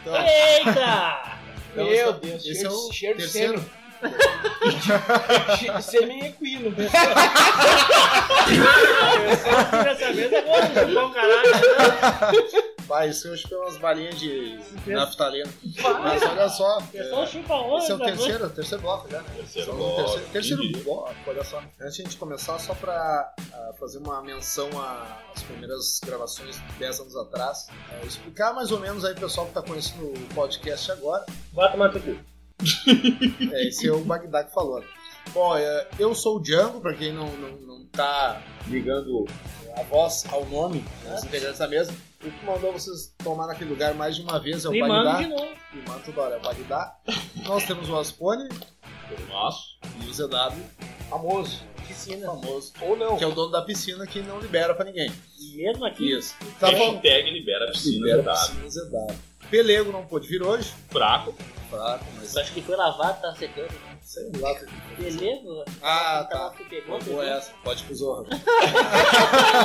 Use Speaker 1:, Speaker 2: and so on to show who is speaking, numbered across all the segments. Speaker 1: Então,
Speaker 2: Eita!
Speaker 1: então,
Speaker 2: Meu
Speaker 1: esse-
Speaker 2: Deus,
Speaker 1: esse
Speaker 2: cheiro,
Speaker 1: é o
Speaker 2: cheiro de
Speaker 1: terceiro.
Speaker 2: sêmen. Cheiro de sêmen equino. né? Dessa vez é bom,
Speaker 3: né?
Speaker 2: já foi um caralho.
Speaker 1: Vai, é isso eu chupei umas balinhas de
Speaker 2: Esse-
Speaker 1: naftalina. Mas olha só.
Speaker 2: O
Speaker 3: um
Speaker 2: pessoal
Speaker 1: é,
Speaker 2: chupa
Speaker 1: Esse é o
Speaker 2: onda.
Speaker 3: tá
Speaker 1: terceiro, terceiro bloco já.
Speaker 4: Terceiro
Speaker 1: Só no
Speaker 4: bloco,
Speaker 1: Terceiro, terceiro
Speaker 4: entendi.
Speaker 1: bloco, olha só. Antes de a gente começar, só pra ah, fazer uma menção a- às primeiras gravações de 10 anos atrás, eh, explicar mais ou menos aí pro pessoal que tá conhecendo o podcast agora,
Speaker 2: Bota mais aqui.
Speaker 1: é, esse é o Bagdá que falou. Bom, é, eu sou o Django, pra quem não, não, não tá ligando a voz ao nome, né, os integrantes da mesa. O que mandou vocês tomar naquele lugar mais de uma vez é o
Speaker 2: Limando
Speaker 1: Bagdá.
Speaker 2: de novo.
Speaker 1: Limando toda hora, é o Bagdá. Nós temos o Aspone
Speaker 4: Nosso.
Speaker 1: e o ZW,
Speaker 2: Famoso. Piscina.
Speaker 1: famoso,
Speaker 2: Ou não.
Speaker 1: que é o dono da piscina que não libera pra ninguém.
Speaker 2: Mesmo aqui.
Speaker 1: Isso. Tá
Speaker 4: É.
Speaker 1: bom.
Speaker 4: Hashtag libera a piscina,
Speaker 1: Libera
Speaker 4: tá?
Speaker 1: piscina, ZW. Pelego não pôde vir hoje.
Speaker 4: Fraco.
Speaker 1: Claro, mas
Speaker 2: Acho que foi lavado, tá secando.
Speaker 1: sei lá.
Speaker 2: Beleza? Tá
Speaker 1: Ah, tá.
Speaker 2: lá que pegou,
Speaker 1: Boa
Speaker 2: pegou.
Speaker 1: essa, pode pro Zorro.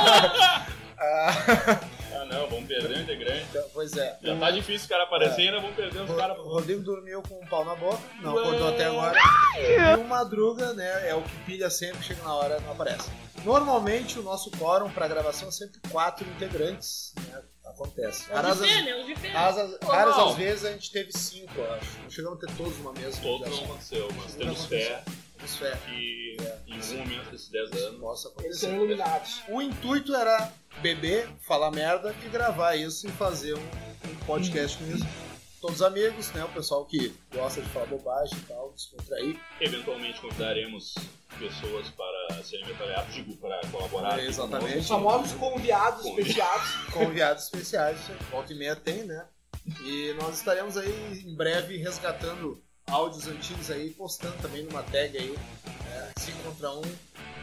Speaker 1: Ah,
Speaker 4: Ah não, vamos perder um integrante.
Speaker 1: então, pois é.
Speaker 4: Já tá difícil o cara aparecer, ainda vamos perder uns
Speaker 1: O
Speaker 4: caras.
Speaker 1: Ro- Rodrigo dormiu com um pau na boca, não
Speaker 4: Ué.
Speaker 1: acordou até agora. E o Madruga, né, é o que pilha sempre, chega na hora não aparece. Normalmente o nosso quórum pra gravação é sempre quatro integrantes, né, acontece.
Speaker 2: Os
Speaker 1: Raras,
Speaker 2: de fé, né?
Speaker 3: Um
Speaker 2: Os de fé.
Speaker 1: raras-
Speaker 4: É Ô,
Speaker 1: raras
Speaker 4: Mal.
Speaker 1: às vezes a gente teve cinco, eu acho. Não chegamos a ter todos numa mesma.
Speaker 4: Todos não
Speaker 1: gravação.
Speaker 4: aconteceu, mas
Speaker 1: Não
Speaker 4: temos
Speaker 1: aconteceu.
Speaker 4: fé
Speaker 1: Isso é,
Speaker 4: que em algum momento desses 10
Speaker 1: isso
Speaker 4: anos.
Speaker 1: possa
Speaker 2: Eles
Speaker 1: acontecer.
Speaker 2: são iluminados.
Speaker 1: O intuito era beber, falar merda e gravar isso e fazer um, um podcast com isso. Todos amigos, né? O pessoal que gosta de falar bobagem e tal, descontrair.
Speaker 4: Eventualmente convidaremos pessoas para serem metalhados, digo, para colaborar. aqui
Speaker 1: Exatamente.
Speaker 2: Os famosos conviados
Speaker 4: Convi-
Speaker 2: especiados.
Speaker 1: Conviados especiais, volta e meia tem, né? E nós estaremos aí em breve resgatando áudios antigos aí, postando também numa tag aí, né, 5 contra 1,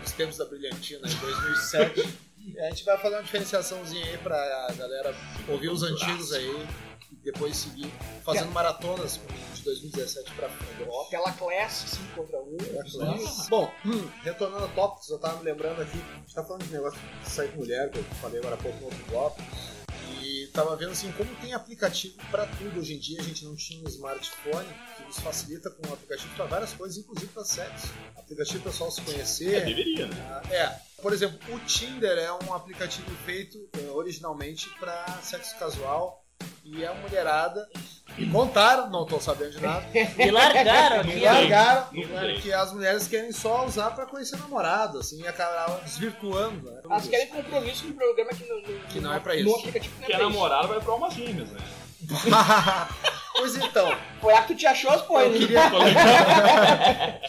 Speaker 1: nos tempos da Brilhantina, em 2007. E a gente vai fazer uma diferenciações aí pra galera
Speaker 4: conosco.
Speaker 1: ouvir os antigos aí e depois seguir fazendo maratonas de 2017 pra frente. Ó,
Speaker 2: É. Aquela classe um, 5 contra 1.
Speaker 1: Bom, hum, retornando a tópicos, eu tava me lembrando aqui, a gente tá falando de negócio de sair com mulher, que eu falei agora há pouco no outro bloco, e tava vendo assim, como tem aplicativo pra tudo hoje em dia, a gente não tinha um smartphone, que nos facilita com um aplicativo pra várias coisas, inclusive pra sexo. Aplicativo pra só se
Speaker 4: É,
Speaker 1: conhecer.
Speaker 4: deveria, né?
Speaker 1: É, por exemplo, o Tinder é um aplicativo feito eh, originalmente pra sexo casual e a mulherada. Me contaram, não tô sabendo de nada.
Speaker 2: Me largaram
Speaker 1: Me
Speaker 2: aqui. ó.
Speaker 1: largaram
Speaker 4: Não
Speaker 1: claro
Speaker 4: sei.
Speaker 1: que as mulheres querem só usar pra conhecer namorado, assim, e acaba desvirtuando, né?
Speaker 2: Elas querem compromisso com um programa que não, no,
Speaker 1: Que não é pra
Speaker 2: no
Speaker 1: isso.
Speaker 2: aplicativo que não é
Speaker 4: Porque a
Speaker 2: pra isso.
Speaker 4: namorada vai pra umas gêmeas, né?
Speaker 1: pois então,
Speaker 2: Foi a que tu te achou as
Speaker 1: eu
Speaker 2: coisas.
Speaker 1: queria.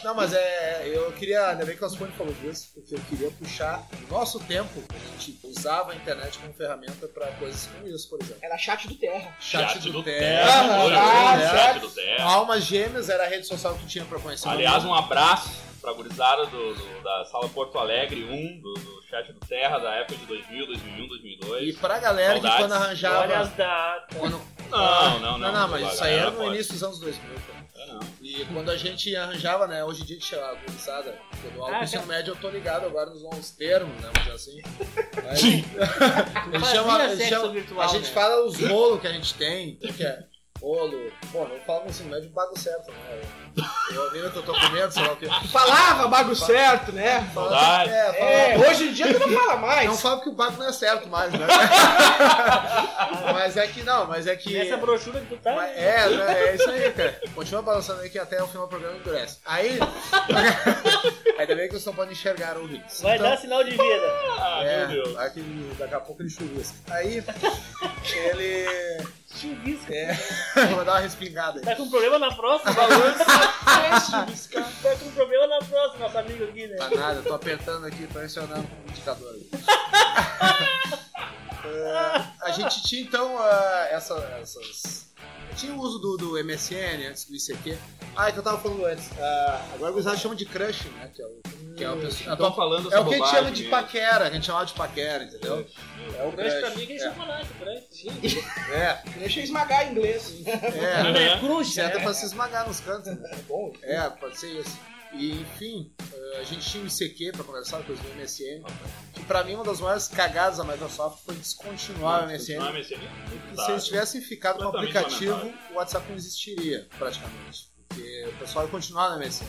Speaker 1: Não, mas é. Eu queria. Ainda bem que o Aspone falou disso, porque eu queria puxar o nosso tempo. A gente usava a internet como ferramenta pra coisas como isso, por exemplo.
Speaker 2: Era chat do Terra.
Speaker 1: Chat, do,
Speaker 4: Terra,
Speaker 1: Terra.
Speaker 4: olha,
Speaker 2: Ah,
Speaker 4: olha,
Speaker 1: chat
Speaker 4: Chat do Terra.
Speaker 1: Almas Gêmeas era a rede social que tinha pra conhecer
Speaker 4: Aliás,
Speaker 1: namorado.
Speaker 4: um abraço pra gurizada do, do- da sala Porto Alegre 1, do, do Chat do Terra, da época de 2000, 2001,
Speaker 1: E
Speaker 4: 2002.
Speaker 1: pra galera que
Speaker 4: Saudades.
Speaker 1: quando arranjava.
Speaker 2: datas.
Speaker 1: Quando...
Speaker 4: Não, não, não.
Speaker 1: Não, não, mas isso aí era no
Speaker 4: pode.
Speaker 1: início dos anos 2000, cara.
Speaker 4: É, não.
Speaker 1: E quando a gente arranjava, né? Hoje em dia, tinha a gurizada, quando eu aula
Speaker 2: Ah,
Speaker 1: pro ensino médio, eu tô ligado agora nos novos termos, né? Vamos dizer assim. Aí, ele
Speaker 2: Fazia
Speaker 1: chama- ele
Speaker 2: sexo
Speaker 1: chama-
Speaker 2: virtual,
Speaker 1: a gente
Speaker 2: né?
Speaker 1: fala os rolos que a gente tem, o que é rolo. Pô, eu falo no ensino médio bago certo, né? Eu ouvi que eu tô comendo, sei lá o que.
Speaker 2: Falava bago certo, né?
Speaker 4: Saudade.
Speaker 1: É, fala-
Speaker 2: É, hoje em dia tu não fala mais.
Speaker 1: Não fala que o bago não é certo mais, né? mas é que não, mas é que.
Speaker 3: Nessa brochura que tu tá.
Speaker 1: Mas- É, né, é isso aí, cara. Continua balançando aí que até o final do programa endurece. Aí. Ainda bem que vocês não podem enxergar ouvintes.
Speaker 3: Vai
Speaker 1: Então,
Speaker 3: dar sinal de vida.
Speaker 4: Ah,
Speaker 1: é,
Speaker 4: meu Deus.
Speaker 1: vai que daqui a pouco ele chuvisca. Aí. Ele.
Speaker 3: Chuvisca.
Speaker 1: É, vou dar uma respingada aí.
Speaker 3: Tá com problema na próxima? tá com problema na próxima, nosso amigo aqui, né?
Speaker 1: Tá nada, eu tô apertando aqui, tô acionando o indicador. ali. É, a gente tinha então ah, essa- essas. Tinha o uso do, do MSN antes do ICQ. Ah, é que eu tava falando antes. Ah, agora os chamam de crush, né? Que é o, que é
Speaker 3: Hum,
Speaker 1: o pessoal. a
Speaker 4: Estão
Speaker 1: tua-
Speaker 4: falando essa
Speaker 1: É o que a gente
Speaker 4: bobagem
Speaker 1: chama de
Speaker 4: mesmo.
Speaker 1: paquera, que a gente chamava de paquera, entendeu? É o
Speaker 3: O né? crush pra mim é
Speaker 1: crush.
Speaker 3: aquele chocolate, o crush.
Speaker 1: É, é.
Speaker 2: Deixa eu esmagar em inglês.
Speaker 1: é.
Speaker 3: Não, é crush,
Speaker 1: Certo é
Speaker 3: né?
Speaker 1: pra se esmagar nos cantos, né?
Speaker 2: É bom.
Speaker 1: É, um pode ser isso. E, enfim, eh, a gente tinha o ICQ pra conversar, coisa do MSN, que pra mim, uma das maiores cagadas da Microsoft foi descontinuar o
Speaker 4: Não é
Speaker 1: MSN.
Speaker 4: MSN?
Speaker 1: E se eles tivessem ficado com o
Speaker 4: Completamente
Speaker 1: aplicativo, o WhatsApp não existiria, praticamente. Porque o pessoal ia continuar no MSN.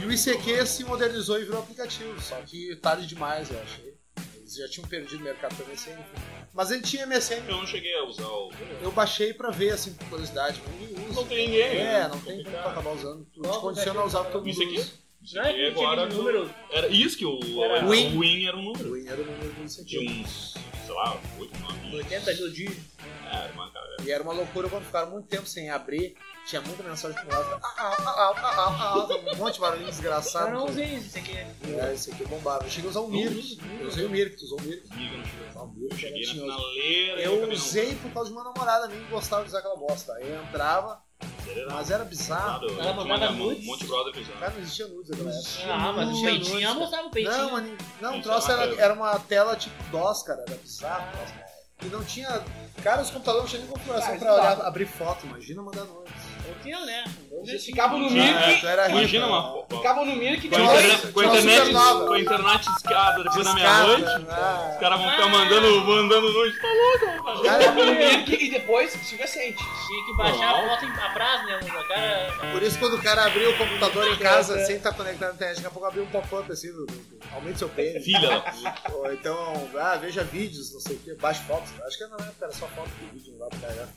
Speaker 1: E o ICQ se modernizou e virou aplicativo, só que tarde demais, eu achei. Eles já tinham perdido o mercado pra MSN. enfim. Mas ele tinha MSN,
Speaker 4: Eu não cheguei a usar o.
Speaker 1: eu baixei pra ver, assim, por curiosidade. Ninguém usa.
Speaker 4: Não tem ninguém.
Speaker 1: É,
Speaker 4: né?
Speaker 1: não tem como tu
Speaker 4: Complicado. né?
Speaker 1: acabar usando. Tu
Speaker 3: Qual
Speaker 1: te condiciona a usar o que todo mundo
Speaker 4: Isso aqui?
Speaker 1: usa.
Speaker 3: Não é
Speaker 4: E
Speaker 3: que tinha
Speaker 4: agora
Speaker 3: de número.
Speaker 4: Era isso que o
Speaker 3: Era.
Speaker 4: o
Speaker 1: Win.
Speaker 4: Win era um número.
Speaker 1: O dinheiro do mundo isso
Speaker 4: De
Speaker 1: aqui.
Speaker 4: uns, sei lá, 8, 9
Speaker 3: 80 mil dígitos.
Speaker 4: Era uma cara.
Speaker 1: E era uma loucura quando ficaram muito tempo sem abrir. Tinha muita mensagem acumulada. Ah, ah, ah, ah, ah, ah, ah, um monte de barulho
Speaker 3: Eu
Speaker 1: desgraçado.
Speaker 3: não usei isso aqui.
Speaker 1: É, Isso aqui bombava. Eu cheguei a usar o Mirk. Eu usei o Mirk, tu usou o Mirk.
Speaker 4: Amiga, não cheguei.
Speaker 1: Ah, o
Speaker 4: Eu
Speaker 1: Mirk,
Speaker 4: cheguei
Speaker 1: né?
Speaker 4: na
Speaker 1: Tinha-
Speaker 4: finaleira. e
Speaker 1: Eu
Speaker 4: acabei não-
Speaker 1: usei por causa de uma namorada minha que gostava de usar aquela bosta. Aí eu entrava,
Speaker 4: Era
Speaker 1: mas era bizarro.
Speaker 4: nada, eu
Speaker 3: Ela
Speaker 4: tinha
Speaker 3: mandava
Speaker 4: uma- um
Speaker 3: nudes?
Speaker 4: monte de brother que usava.
Speaker 1: Cara, não existia nudes naquela época.
Speaker 3: Ah, mas o
Speaker 1: Tinha
Speaker 3: peitinho, eu
Speaker 1: nudes,
Speaker 3: mostrava o peitinho.
Speaker 1: Não, mano, não, o
Speaker 4: Gente,
Speaker 1: troço
Speaker 4: é uma
Speaker 1: era,
Speaker 4: tela.
Speaker 1: era uma tela tipo DOS, cara, era bizarro. DOS, cara. E não tinha. Cara, os computadores não tinham nem configuração
Speaker 3: Ah,
Speaker 1: pra
Speaker 3: bizarro.
Speaker 1: olhar, abrir foto, imagina mandar noite.
Speaker 3: Eu tinha, né?
Speaker 5: Vocês ficavam no
Speaker 4: Já
Speaker 5: Mirk,
Speaker 1: Tu era rico,
Speaker 4: Imagina
Speaker 1: né?
Speaker 4: uma foto. Com
Speaker 5: ficavam no Mirk
Speaker 1: Tinha
Speaker 4: a
Speaker 1: uma-
Speaker 5: depois.
Speaker 4: internet, com a
Speaker 1: tinha uma
Speaker 4: internet,
Speaker 1: supernova.
Speaker 4: com a internet discada depois da
Speaker 1: Discada,
Speaker 4: meia-noite.
Speaker 1: né?
Speaker 4: Os caras vão ficar mandando, mandando noite. Tá louco, rapaz.
Speaker 1: Cara,
Speaker 5: Ficavam no Mirk e depois estive assente.
Speaker 3: Tinha que baixar a foto em a prazo, né? mano? O cara.
Speaker 1: por isso quando o cara abriu o computador em casa sem estar conectado na internet, daqui a pouco abriu um pop-up assim, do, do- do- aumente seu pênis.
Speaker 4: Filha da puta.
Speaker 1: Ou então, ah, veja vídeos, não sei o que, baixe fotos. Acho que não é, cara, só foto de vídeo lá pra carregar.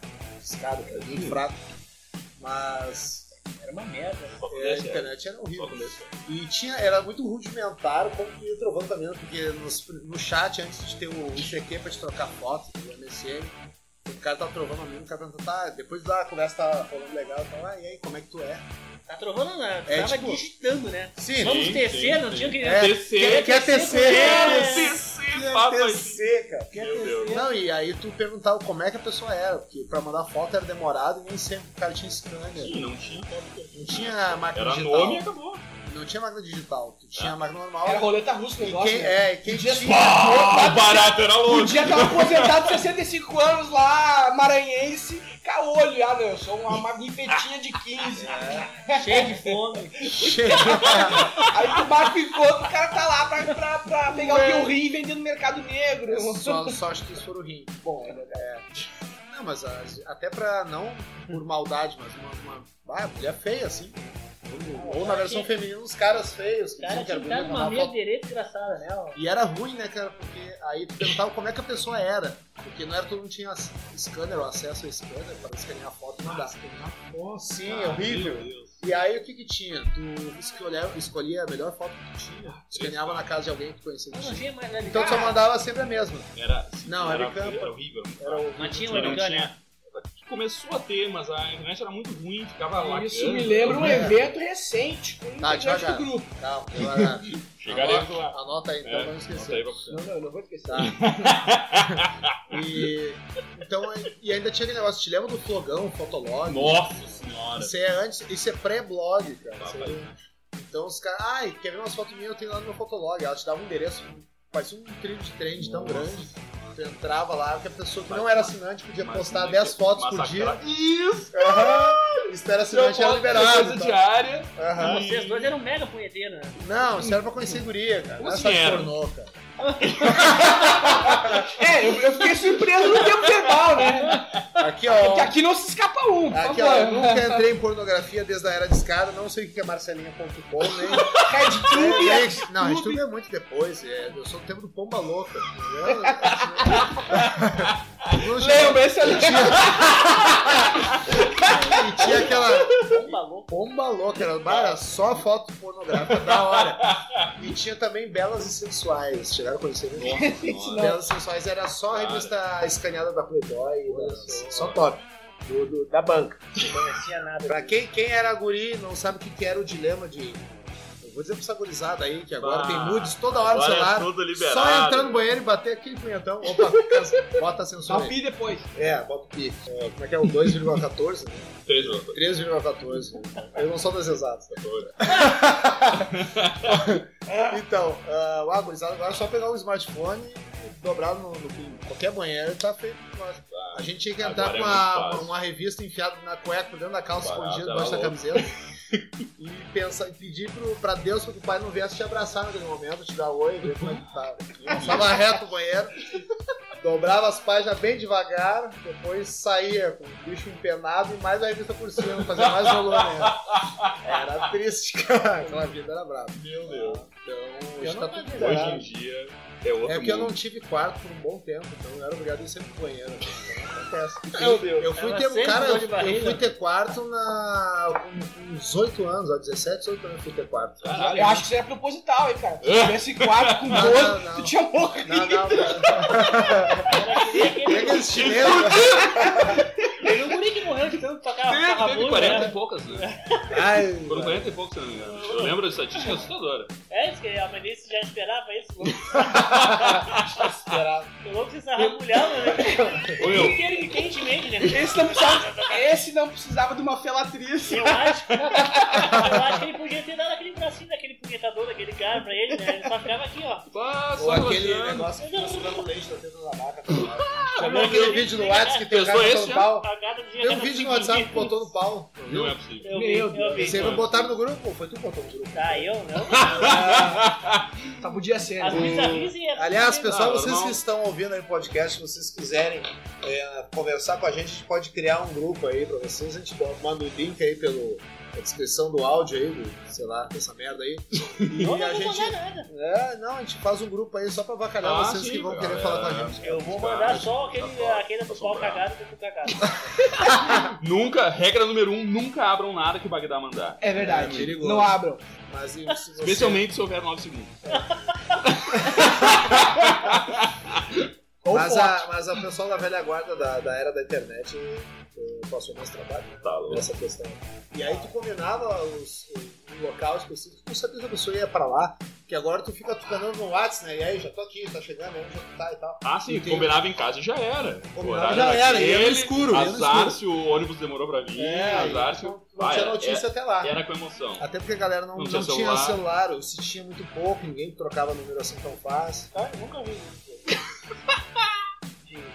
Speaker 1: Escada, cara,
Speaker 4: Hum.
Speaker 1: muito fraco. Mas
Speaker 3: Era uma merda.
Speaker 4: Só
Speaker 1: é, a
Speaker 4: acontece, é.
Speaker 1: internet era
Speaker 4: Só
Speaker 1: horrível.
Speaker 4: acontece.
Speaker 1: E tinha, era muito rudimentar como que o Trovão também, né? porque nos- no chat, antes de ter o ICQ pra te trocar foto do MSN, o cara tava trovando a mina, o cara perguntou, tá, depois da conversa tá rolando legal, eu falo, ah, e aí, como é que tu é?
Speaker 3: Tá trovando nada.
Speaker 1: É,
Speaker 3: Tava
Speaker 1: tipo-
Speaker 3: digitando, né?
Speaker 1: Sim,
Speaker 3: Vamos
Speaker 4: sim,
Speaker 3: tecer,
Speaker 4: sim,
Speaker 3: não
Speaker 4: sim.
Speaker 3: tinha que.
Speaker 1: É,
Speaker 4: TC.
Speaker 1: quer, quer tecer,
Speaker 4: né?
Speaker 3: É.
Speaker 1: quer tecer,
Speaker 4: TC,
Speaker 1: quer
Speaker 4: papai.
Speaker 1: tecer, cara, quer
Speaker 4: Meu
Speaker 1: tecer.
Speaker 4: Deus.
Speaker 1: Não, e aí tu perguntava como é que a pessoa era, porque pra mandar foto era demorado e nem sempre o cara tinha scanner.
Speaker 4: Ih, Não tinha.
Speaker 1: Não tinha máquina
Speaker 4: Era
Speaker 1: digital.
Speaker 4: nome e acabou.
Speaker 1: Não tinha máquina digital, tu tinha máquina normal.
Speaker 5: Era roleta russa o
Speaker 1: e
Speaker 5: negócio.
Speaker 1: quem,
Speaker 5: né?
Speaker 1: é, e quem
Speaker 5: Podia-
Speaker 1: tinha...
Speaker 4: Ah, barato era louco.
Speaker 5: Podia estar aposentado 65 anos lá, maranhense, caolho. Ah, não, eu sou uma magnifiquetinha de 15.
Speaker 3: Cheio de fome.
Speaker 5: Aí tu bate pro encontro, o cara tá lá pra, pra, pra pegar
Speaker 2: É.
Speaker 5: o teu rim e vender no mercado negro.
Speaker 1: só, só acho que isso foram rim.
Speaker 5: Bom, é verdade.
Speaker 1: Não, mas as- até pra não por maldade, mas uma, uma ah, mulher feia, assim. Ou, ou na versão feminina, uns caras feios.
Speaker 3: O
Speaker 1: que
Speaker 3: cara
Speaker 1: diziam que era
Speaker 3: tinha dado
Speaker 1: bonito,
Speaker 3: uma meia
Speaker 1: mandava foto.
Speaker 3: direita engraçada, né? ó.
Speaker 1: E era ruim, né, cara? Porque aí tu perguntava como é que a pessoa era. Porque não era todo mundo tinha ac- scanner ou acesso ao scanner para escanear a foto e mandar. Sim, é horrível. E aí o que que tinha? Tu escolhia, escolhia a melhor foto que tu tinha, escaneava na casa de alguém que tu conhecia que
Speaker 3: Eu não tinha
Speaker 1: tinha.
Speaker 3: mais ali.
Speaker 1: Então tu só mandava sempre a mesma.
Speaker 4: Era,
Speaker 1: Não, era campo.
Speaker 4: era horrível.
Speaker 1: Era o...
Speaker 3: Mas tinha
Speaker 4: Não
Speaker 3: um origami.
Speaker 4: tinha- Começou a ter, mas a internet era muito ruim, ficava lá.
Speaker 5: Isso me lembra um evento recente com um
Speaker 1: Tá,
Speaker 5: integrante do
Speaker 1: devagar.
Speaker 5: grupo.
Speaker 1: Calma, devagar.
Speaker 4: Chegaremos
Speaker 1: anota,
Speaker 4: lá.
Speaker 1: Anota aí, então
Speaker 4: É,
Speaker 1: pra não
Speaker 4: Anota
Speaker 1: esquecer.
Speaker 4: aí pra você.
Speaker 5: Não, não, não vou esquecer.
Speaker 1: Tá. e, então, aí- e ainda tinha aquele negócio, te lembra do flogão, fotolog?
Speaker 4: Nossa senhora.
Speaker 1: Isso é antes, isso é pré-blog, cara.
Speaker 4: Tá,
Speaker 1: Isso
Speaker 4: vai.
Speaker 1: é- então os caras, ai, quer ver umas fotos minhas? Eu tenho lá no meu fotolog. Ela te dava um endereço, parecia um trilho de trend tão
Speaker 4: Nossa.
Speaker 1: grande. Tu entrava lá, que a pessoa que não era assinante podia
Speaker 4: Mas
Speaker 1: postar
Speaker 4: como é
Speaker 1: 10
Speaker 4: que
Speaker 1: fotos por dia.
Speaker 4: massacrar? Isso!
Speaker 1: Aham. E se tu era
Speaker 4: Tirou
Speaker 1: assinante, era
Speaker 4: foto de
Speaker 1: liberado.
Speaker 4: coisa
Speaker 1: tá?
Speaker 4: diária.
Speaker 1: Aham.
Speaker 3: Vocês dois eram mega punheteiros, né?
Speaker 1: Não, isso era pra conhecer guria, cara.
Speaker 4: Como
Speaker 1: Não é
Speaker 4: se
Speaker 1: só de
Speaker 4: era?
Speaker 1: pornô, cara.
Speaker 5: É, eu, eu fiquei surpreso no tempo verbal, né?
Speaker 1: Aqui, ó.
Speaker 5: Porque aqui não se escapa um, por
Speaker 1: Aqui, ó,
Speaker 5: favor.
Speaker 1: eu nunca entrei em pornografia desde a era de escada, não sei o que é marcelinha.com, nem.
Speaker 5: Red Club
Speaker 1: nem-
Speaker 5: é
Speaker 1: não, a
Speaker 5: Clube.
Speaker 1: YouTube é muito depois, é, eu sou do tempo do Pomba Louca. entendeu? né? Não tinha-
Speaker 5: Lembra, esse é eu lembro.
Speaker 1: e tinha aquela
Speaker 3: Bomba louca.
Speaker 1: Pomba Louca, era, bah, era só foto pornográfica, da hora. E tinha também Belas e Sensuais, chegaram a conhecer né?
Speaker 4: Nossa senhora.
Speaker 1: Belas e Sensuais era só a
Speaker 4: Cara.
Speaker 1: revista escaneada da Playboy, né?
Speaker 3: Olha
Speaker 1: só.
Speaker 3: só.
Speaker 1: top. Do- do- da banca.
Speaker 3: Não conhecia assim, nada.
Speaker 1: Pra quem, quem era guri não sabe o que, que era o dilema de. Eu vou dizer pra essa gurizada aí, que agora
Speaker 4: Bah,
Speaker 1: tem nudes toda hora no
Speaker 4: agora é
Speaker 1: celular.
Speaker 4: tudo liberado.
Speaker 1: só entrar no banheiro e bater aquele punhetão. Opa, bota a censura. aí.
Speaker 5: Papi depois.
Speaker 1: É, bota o pi. É, como é que é o 2,14? né?
Speaker 4: Três outras.
Speaker 1: 3,14. Eu não sou das exatas. tá? ah, Então, ah, o gurizada agora é só pegar um smartphone e dobrado no, no- em qualquer banheiro, tá feito pra nós. A gente tinha que entrar
Speaker 4: Agora é
Speaker 1: com uma,
Speaker 4: muito fácil.
Speaker 1: uma revista enfiada na cueca, por dentro da calça,
Speaker 4: Barato,
Speaker 1: escondida
Speaker 4: era
Speaker 1: debaixo da
Speaker 4: louco.
Speaker 1: camiseta. e pensar, e pedir pro, pra Deus que o pai não viesse te abraçar naquele momento, te dar oi, ver como é que tava. Passava reto o banheiro, dobrava as páginas bem devagar, depois saía com o bicho empenado e mais a revista por cima, fazia mais volume. ainda. Era triste, cara. Aquela vida era brava.
Speaker 4: Meu Deus.
Speaker 1: Então,
Speaker 5: Eu
Speaker 1: hoje
Speaker 5: não
Speaker 1: tá
Speaker 5: fazia
Speaker 1: tudo
Speaker 5: nada.
Speaker 4: Hoje
Speaker 1: melhorado.
Speaker 4: em dia é outro
Speaker 1: É que eu não
Speaker 4: mundo.
Speaker 1: tive quarto por um bom tempo, então eu era obrigado a ir sempre pro banheiro. né? Então, acontece.
Speaker 4: Meu Deus.
Speaker 1: Eu fui
Speaker 3: Ela
Speaker 1: ter um
Speaker 3: sempre
Speaker 1: cara,
Speaker 3: dor de
Speaker 1: eu, eu
Speaker 3: barriga.
Speaker 1: fui ter quarto na com com uns 8 anos, ó, 17, 18 anos eu fui ter quarto.
Speaker 4: Caralho.
Speaker 5: Eu acho que isso aí é proposital, hein, cara. Se tivesse quatro com
Speaker 1: Não, não,
Speaker 5: dois,
Speaker 1: não.
Speaker 5: tu tinha morrido.
Speaker 1: Não, não, não.
Speaker 3: Era que nem
Speaker 1: Tem
Speaker 3: aquele-
Speaker 1: aqueles chineses.
Speaker 3: Teve um guri que morreu de tanto tocar
Speaker 4: Teve,
Speaker 3: a
Speaker 4: teve 40 e poucas, né?
Speaker 1: Ai,
Speaker 4: Foram 40 e poucos, se não me engano. Eu lembro de estatística assustadora.
Speaker 3: É, isso que a Manice já esperava isso. louco. O louco se sarrabulhava, né?
Speaker 4: Ô meu,
Speaker 3: Quem quentemente, né?
Speaker 5: Esse
Speaker 1: tá
Speaker 5: não, precisava, esse não precisava de uma felatriz.
Speaker 3: Eu acho, eu acho que ele podia ter dado aquele bracinho daquele punhetador, daquele cara pra ele, né? Ele só ficava aqui, ó.
Speaker 1: Ou
Speaker 4: passa
Speaker 1: aquele
Speaker 4: negócio.
Speaker 1: negócio que tá sugando leite da teta da vaca. tá ligado?
Speaker 4: Ah,
Speaker 3: Como
Speaker 1: Tem aquele vídeo no WhatsApp que tem o cara
Speaker 4: Pensou
Speaker 1: botando
Speaker 4: esse,
Speaker 1: pau.
Speaker 3: A gata tinha
Speaker 1: Tem um
Speaker 3: cada
Speaker 1: vídeo no
Speaker 3: pique.
Speaker 1: WhatsApp que botou no pau.
Speaker 4: Não é possível.
Speaker 3: Eu vi, eu vi.
Speaker 1: Você não botaram no grupo? Foi tu que botou no grupo.
Speaker 3: Tá, eu não.
Speaker 5: Tá, podia ser.
Speaker 3: As
Speaker 5: né?
Speaker 3: bizarrices e a-
Speaker 1: Aliás, pessoal,
Speaker 4: Ah,
Speaker 1: vocês
Speaker 4: normal.
Speaker 1: que estão ouvindo aí o podcast, se vocês quiserem é, conversar com a gente, a gente pode criar um grupo aí pra vocês. A gente bota- manda o link aí pelo, na descrição do áudio aí, do, sei lá, dessa merda aí. E
Speaker 3: Não, não
Speaker 1: a
Speaker 3: vou
Speaker 1: gente.
Speaker 3: mandar nada.
Speaker 1: É, não, a gente faz um grupo aí só pra bacalhar
Speaker 4: Ah,
Speaker 1: vocês
Speaker 4: sim,
Speaker 1: que vão
Speaker 4: cara,
Speaker 1: querer falar com a
Speaker 4: é.
Speaker 1: gente.
Speaker 3: Eu vou
Speaker 4: Cara,
Speaker 3: mandar só
Speaker 4: tá
Speaker 3: aquele,
Speaker 4: foda.
Speaker 3: aquele do
Speaker 4: Tá
Speaker 3: pau
Speaker 4: sobrado.
Speaker 3: cagado do cu cagado.
Speaker 4: Nunca, regra número um, nunca abram nada que o Bagdá mandar.
Speaker 5: É
Speaker 1: É,
Speaker 5: verdade.
Speaker 1: perigoso.
Speaker 5: não abram.
Speaker 1: Mas e se você.
Speaker 4: Especialmente se houver 9 segundos.
Speaker 5: Ou
Speaker 1: Mas
Speaker 5: foto.
Speaker 1: a, mas a pessoal da velha guarda da, da era da internet eh, passou mais trabalho né,
Speaker 4: Tá louco.
Speaker 1: nessa questão. E aí tu combinava os, o, o local específico, tu sabia que a pessoa ia pra lá, que agora tu fica tucanando no WhatsApp, né? E aí já tô aqui, tá chegando, aí já tá e tal.
Speaker 4: Ah, sim,
Speaker 1: Entendi.
Speaker 4: combinava em casa e já era. O
Speaker 1: Combinava,
Speaker 4: horário
Speaker 1: já era,
Speaker 4: aquele,
Speaker 1: ia no escuro, ia no
Speaker 4: Azar
Speaker 1: escuro. É,
Speaker 4: se o ônibus demorou pra vir, azar se.
Speaker 1: não, não
Speaker 4: Ah,
Speaker 1: tinha
Speaker 4: era-
Speaker 1: notícia até lá.
Speaker 4: era- Era com emoção.
Speaker 1: Até porque a galera não,
Speaker 4: Não
Speaker 1: não,
Speaker 4: tinha
Speaker 1: tinha,
Speaker 4: celular.
Speaker 1: celular. ou se tinha muito pouco, ninguém trocava número assim tão fácil.
Speaker 3: Tá? Eu nunca vi isso.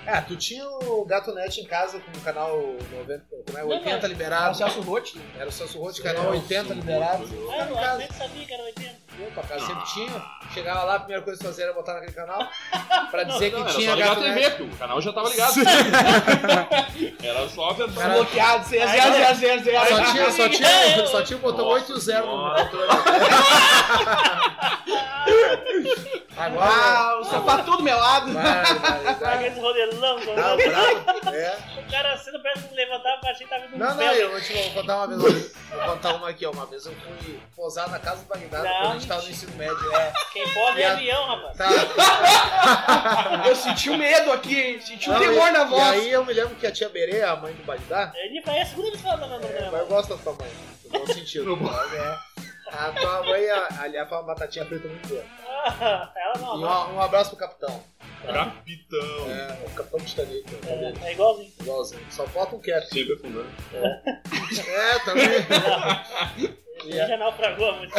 Speaker 1: É, tu tinha o GatoNet em casa com o canal 90, como é,
Speaker 3: Não,
Speaker 1: 80
Speaker 3: mas-
Speaker 5: Ah, o
Speaker 1: liberado.
Speaker 5: Celso Rotti.
Speaker 1: Era um o Celso Rotti,
Speaker 4: é
Speaker 1: canal 80 liberado.
Speaker 3: Ah,
Speaker 1: Tá
Speaker 3: eu
Speaker 1: no
Speaker 3: não-
Speaker 1: caso.
Speaker 3: nem sabia que era 80.
Speaker 1: Eu, tua casa sempre tinha. Chegava lá, a primeira coisa que fazia era botar naquele canal pra dizer
Speaker 4: Não,
Speaker 1: que
Speaker 4: era só
Speaker 1: tinha
Speaker 4: ligar a
Speaker 1: gato
Speaker 4: TV,
Speaker 1: net.
Speaker 4: porque o canal já tava ligado. era só a versão.
Speaker 1: Cara,
Speaker 5: Bloqueado. Zero, zero, zero, zero.
Speaker 1: Só tinha, só, tinha, só tinha o botão
Speaker 4: É. Nossa
Speaker 1: 8 e 0 no
Speaker 4: Senhora.
Speaker 1: controle. Agora.
Speaker 5: Ah, o sapatudo melado.
Speaker 1: Vai, vai, vai.
Speaker 3: Aquele rodelão,
Speaker 1: Tá
Speaker 3: rodelão.
Speaker 1: bravo? É.
Speaker 3: O cara sendo parece que levantava pra gente, tava vindo
Speaker 1: Não,
Speaker 3: um
Speaker 1: não,
Speaker 3: pé.
Speaker 1: eu vou te vou contar uma vez. Vou contar uma aqui, ó. Uma vez eu fui posar na casa do Bagdado
Speaker 3: Não,
Speaker 1: quando a gente tava no ensino médio. É.
Speaker 3: Quem pode é
Speaker 1: É.
Speaker 3: avião, rapaz.
Speaker 1: Tá.
Speaker 5: Eu senti o medo aqui, hein? Senti o
Speaker 1: Não,
Speaker 5: temor
Speaker 1: e-
Speaker 5: na voz.
Speaker 1: E aí eu me lembro que a tia Berê, a mãe do Bagdá,
Speaker 3: Ele parece a segunda vez falando no
Speaker 1: É,
Speaker 3: programa.
Speaker 1: mas eu gosto da tua mãe. No bom sentido.
Speaker 4: No bom.
Speaker 1: Mas é, a tua mãe, a- aliás, foi uma batatinha preta é muito boa.
Speaker 3: Ah, Ela
Speaker 1: E
Speaker 3: não, não.
Speaker 1: um, um abraço pro capitão.
Speaker 4: Capitão.
Speaker 1: É, o capitão Titanic. né?
Speaker 3: É, é igualzinho.
Speaker 1: Igualzinho. Só falta um cap.
Speaker 4: Sempre afundando.
Speaker 1: É, também. É.
Speaker 3: Ele já naufragou muito.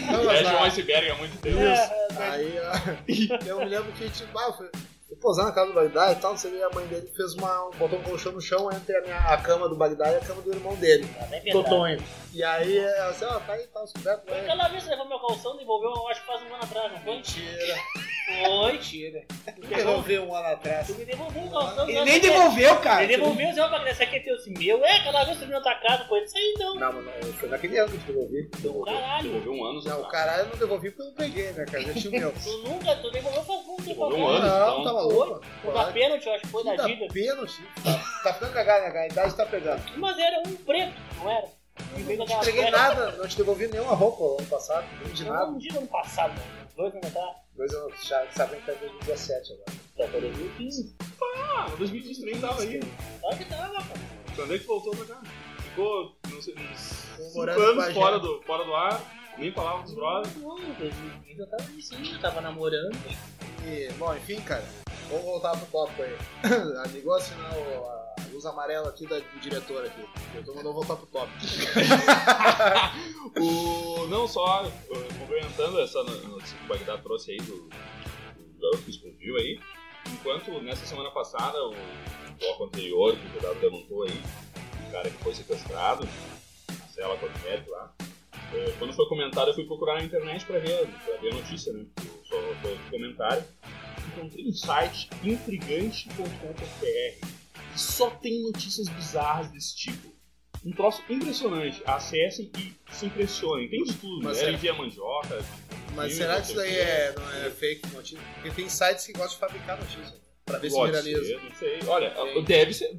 Speaker 1: Não, mas
Speaker 4: Mexe um
Speaker 1: lá, É.
Speaker 4: iceberg há muito
Speaker 3: É,
Speaker 4: tempo.
Speaker 1: isso. Aí, ó, eu me lembro que, tipo, ah, eu fui fui posar na casa do Bagdá e tal, não sei o que, a mãe dele fez uma... botou um colchão no chão entre a, minha, a cama do Bagdá e a cama do irmão dele,
Speaker 3: Nem é verdade.
Speaker 1: Totonho. E aí, ela assim, ó, tá aí, tá, os cobertos,
Speaker 3: Foi
Speaker 1: né?
Speaker 3: aquela vez que levou meu calção, devolveu, eu acho que faz um ano atrás, não foi?
Speaker 1: Mentira.
Speaker 3: Foi.
Speaker 5: Mentira.
Speaker 3: Tu
Speaker 1: Eu
Speaker 3: pegou-
Speaker 1: devolvi um ano atrás.
Speaker 3: tu me devolveu o calção.
Speaker 5: Ele
Speaker 3: né?
Speaker 5: nem devolveu, cara.
Speaker 3: Ele devolveu, você vai esse aqui é teu, assim, meu. É, aquela vez que tu me atacado, coisa isso aí, não.
Speaker 1: Não, mas não, foi naquele ano que eu devolvi.
Speaker 3: Caralho.
Speaker 4: Devolveu um ano,
Speaker 1: Não, o
Speaker 4: sabe?
Speaker 1: caralho eu não devolvi porque eu não peguei, né, cara? Já tinha o meu.
Speaker 3: Tu nunca, tu devolveu faz muito tempo
Speaker 4: Devolveu um
Speaker 3: atrás.
Speaker 4: ano,
Speaker 1: Não,
Speaker 4: então.
Speaker 1: tá maluco.
Speaker 3: O da pênalti, eu acho que foi da Dida.
Speaker 1: pênalti. Tá, tá ficando cagado, né, cara? A idade tá pegando.
Speaker 3: Mas era um preto, não era? E veio
Speaker 1: Não te
Speaker 3: daquela
Speaker 1: entreguei
Speaker 3: cueca.
Speaker 4: né?
Speaker 1: nada, não te devolvi nenhuma roupa ano passado, nem de
Speaker 3: Não,
Speaker 1: nada.
Speaker 3: não digo um ano passado, né? Dois anos atrás.
Speaker 1: Dois anos, já sabendo que é 2017 agora.
Speaker 3: Tá, foi 2015.
Speaker 4: Ah, 2023 tava aí.
Speaker 3: Claro que tava, pô.
Speaker 4: Quando é que voltou pra cá? Ficou, não sei, uns 5
Speaker 1: Morando em
Speaker 4: anos
Speaker 1: Bagé.
Speaker 4: fora do, fora do ar, nem falava com os brothers.
Speaker 3: Não, em 2015 eu tava aí sim, eu tava namorando.
Speaker 1: E, bom, enfim, cara, vamos voltar pro tópico aí. Ligou a sinal, a luz amarela aqui da, do diretor aqui. O diretor mandou voltar pro tópico.
Speaker 4: O, não só, eh, complementando essa no- notícia que o Bagdá trouxe aí do o garoto que explodiu aí. Enquanto nessa semana passada, o bloco anterior, que o Dado levantou aí, o cara que foi sequestrado, Marcela Cortete lá, eh, quando foi comentado, eu fui procurar na internet pra ver, pra ver a notícia, né? Eu só foi o comentário. Encontrei um site intrigante.com.br que só tem notícias bizarras desse tipo. Um troço impressionante. Acessem e se impressionem. Tem de tudo,
Speaker 1: Mas
Speaker 4: Mas
Speaker 1: será-
Speaker 4: né? Envia mandioca,
Speaker 1: Mas
Speaker 4: Sim,
Speaker 1: será que
Speaker 4: com
Speaker 1: isso daí
Speaker 4: né?
Speaker 1: é, não é fake notícia? Porque tem sites que gostam de fabricar notícia. né? Pra ver se
Speaker 4: Pode
Speaker 1: viraliza.
Speaker 4: ser, Não sei. Olha, deve ser.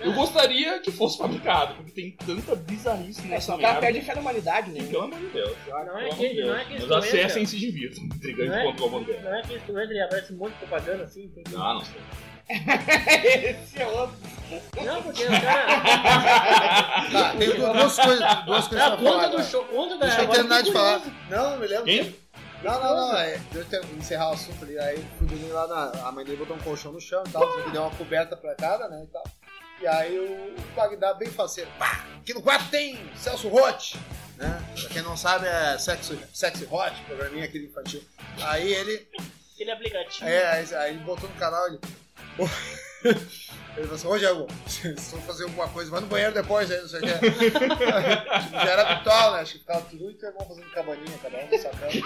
Speaker 4: Eu gostaria que fosse fabricado, porque tem tanta bizarrice
Speaker 5: É só
Speaker 4: nessa
Speaker 5: que ela
Speaker 4: merda.
Speaker 5: perde fé na humanidade, né?
Speaker 4: Pelo amor de Deus.
Speaker 3: Não é
Speaker 4: Pelo
Speaker 3: que-
Speaker 4: amor de
Speaker 3: não é
Speaker 4: Deus.
Speaker 3: que
Speaker 4: Mas
Speaker 3: isso
Speaker 4: acessem
Speaker 3: entra.
Speaker 4: e se divirtam.
Speaker 3: Não é?
Speaker 4: Intrigante.com.br.
Speaker 3: Não é que isso entra e aparece um monte de propaganda assim? Tem...
Speaker 4: Ah, Não, não sei.
Speaker 5: Esse é outro.
Speaker 3: Não, porque o cara.
Speaker 1: Tá, tem du- duas coisas, duas coisas
Speaker 3: Ah,
Speaker 1: pra falar.
Speaker 3: conta do
Speaker 1: agora.
Speaker 3: show, conta da.
Speaker 1: Deixa eu
Speaker 3: agora
Speaker 1: terminar de
Speaker 3: fiquei
Speaker 1: falar.
Speaker 3: curioso.
Speaker 1: Não, não me lembro.
Speaker 4: Quem?
Speaker 1: Não, não, não. É, deixa eu ter- encerrar o assunto ali. Aí fui dormir lá na. A mãe dele botou um colchão no chão e tal. Tive que dar uma coberta pra cada, né? E tal. E aí o Bagdá bem faceiro. Pá! Aqui no quarto tem Celso Rotti, né? Pra quem não sabe, é Sexy, sexy Hot, programinha aquele infantil. Aí ele.
Speaker 3: Aquele aplicativo.
Speaker 1: É, aí, aí ele botou no canal ele. Ele falou assim, ô Diego, vocês vão fazer alguma coisa, vai no banheiro depois aí, não sei o que. Já era habitual, né? Acho que ficava tudo e teu irmão fazendo cabaninha, cada um sacando.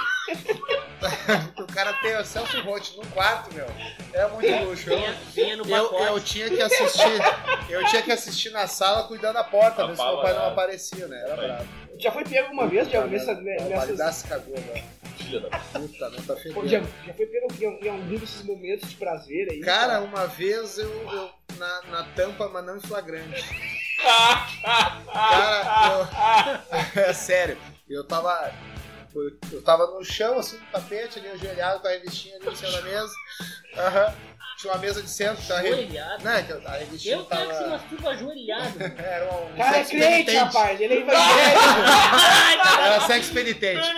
Speaker 1: Porque o cara tem o Celso Rotti no quarto, meu. É muito luxo. Eu,
Speaker 3: Vinha, vinha no
Speaker 1: eu,
Speaker 3: pacote.
Speaker 1: eu tinha que assistir, eu tinha que assistir na sala cuidando da porta, ver se meu pai não aparecia, né? Era brabo.
Speaker 5: Já foi pego alguma vez, Diego, nessa,
Speaker 1: O
Speaker 5: nessas...
Speaker 1: validar se cagou agora.
Speaker 4: Filha da
Speaker 1: Puta, não tá
Speaker 5: Pô,
Speaker 1: fedendo.
Speaker 5: já, já foi pego em, em algum desses momentos de prazer aí?
Speaker 1: Cara, uma vez eu, eu- na, na tampa, mas não em flagrante. Cara, eu, é sério. Eu tava. Eu, eu tava no chão, assim, no tapete, ali ajoelhado com a revistinha ali em cima da mesa. Aham. Tinha uma mesa de centro, tá? Re...
Speaker 3: Joelhado.
Speaker 1: Não, é que a revistinha
Speaker 3: Eu quero que se
Speaker 1: tava.
Speaker 3: masturba ajoelhado.
Speaker 1: Era um.
Speaker 5: Cara, é
Speaker 1: sexo
Speaker 5: crente,
Speaker 1: penitente.
Speaker 5: rapaz. Ele é evangélico.
Speaker 3: Ai, cara.
Speaker 1: Era sexo penitente.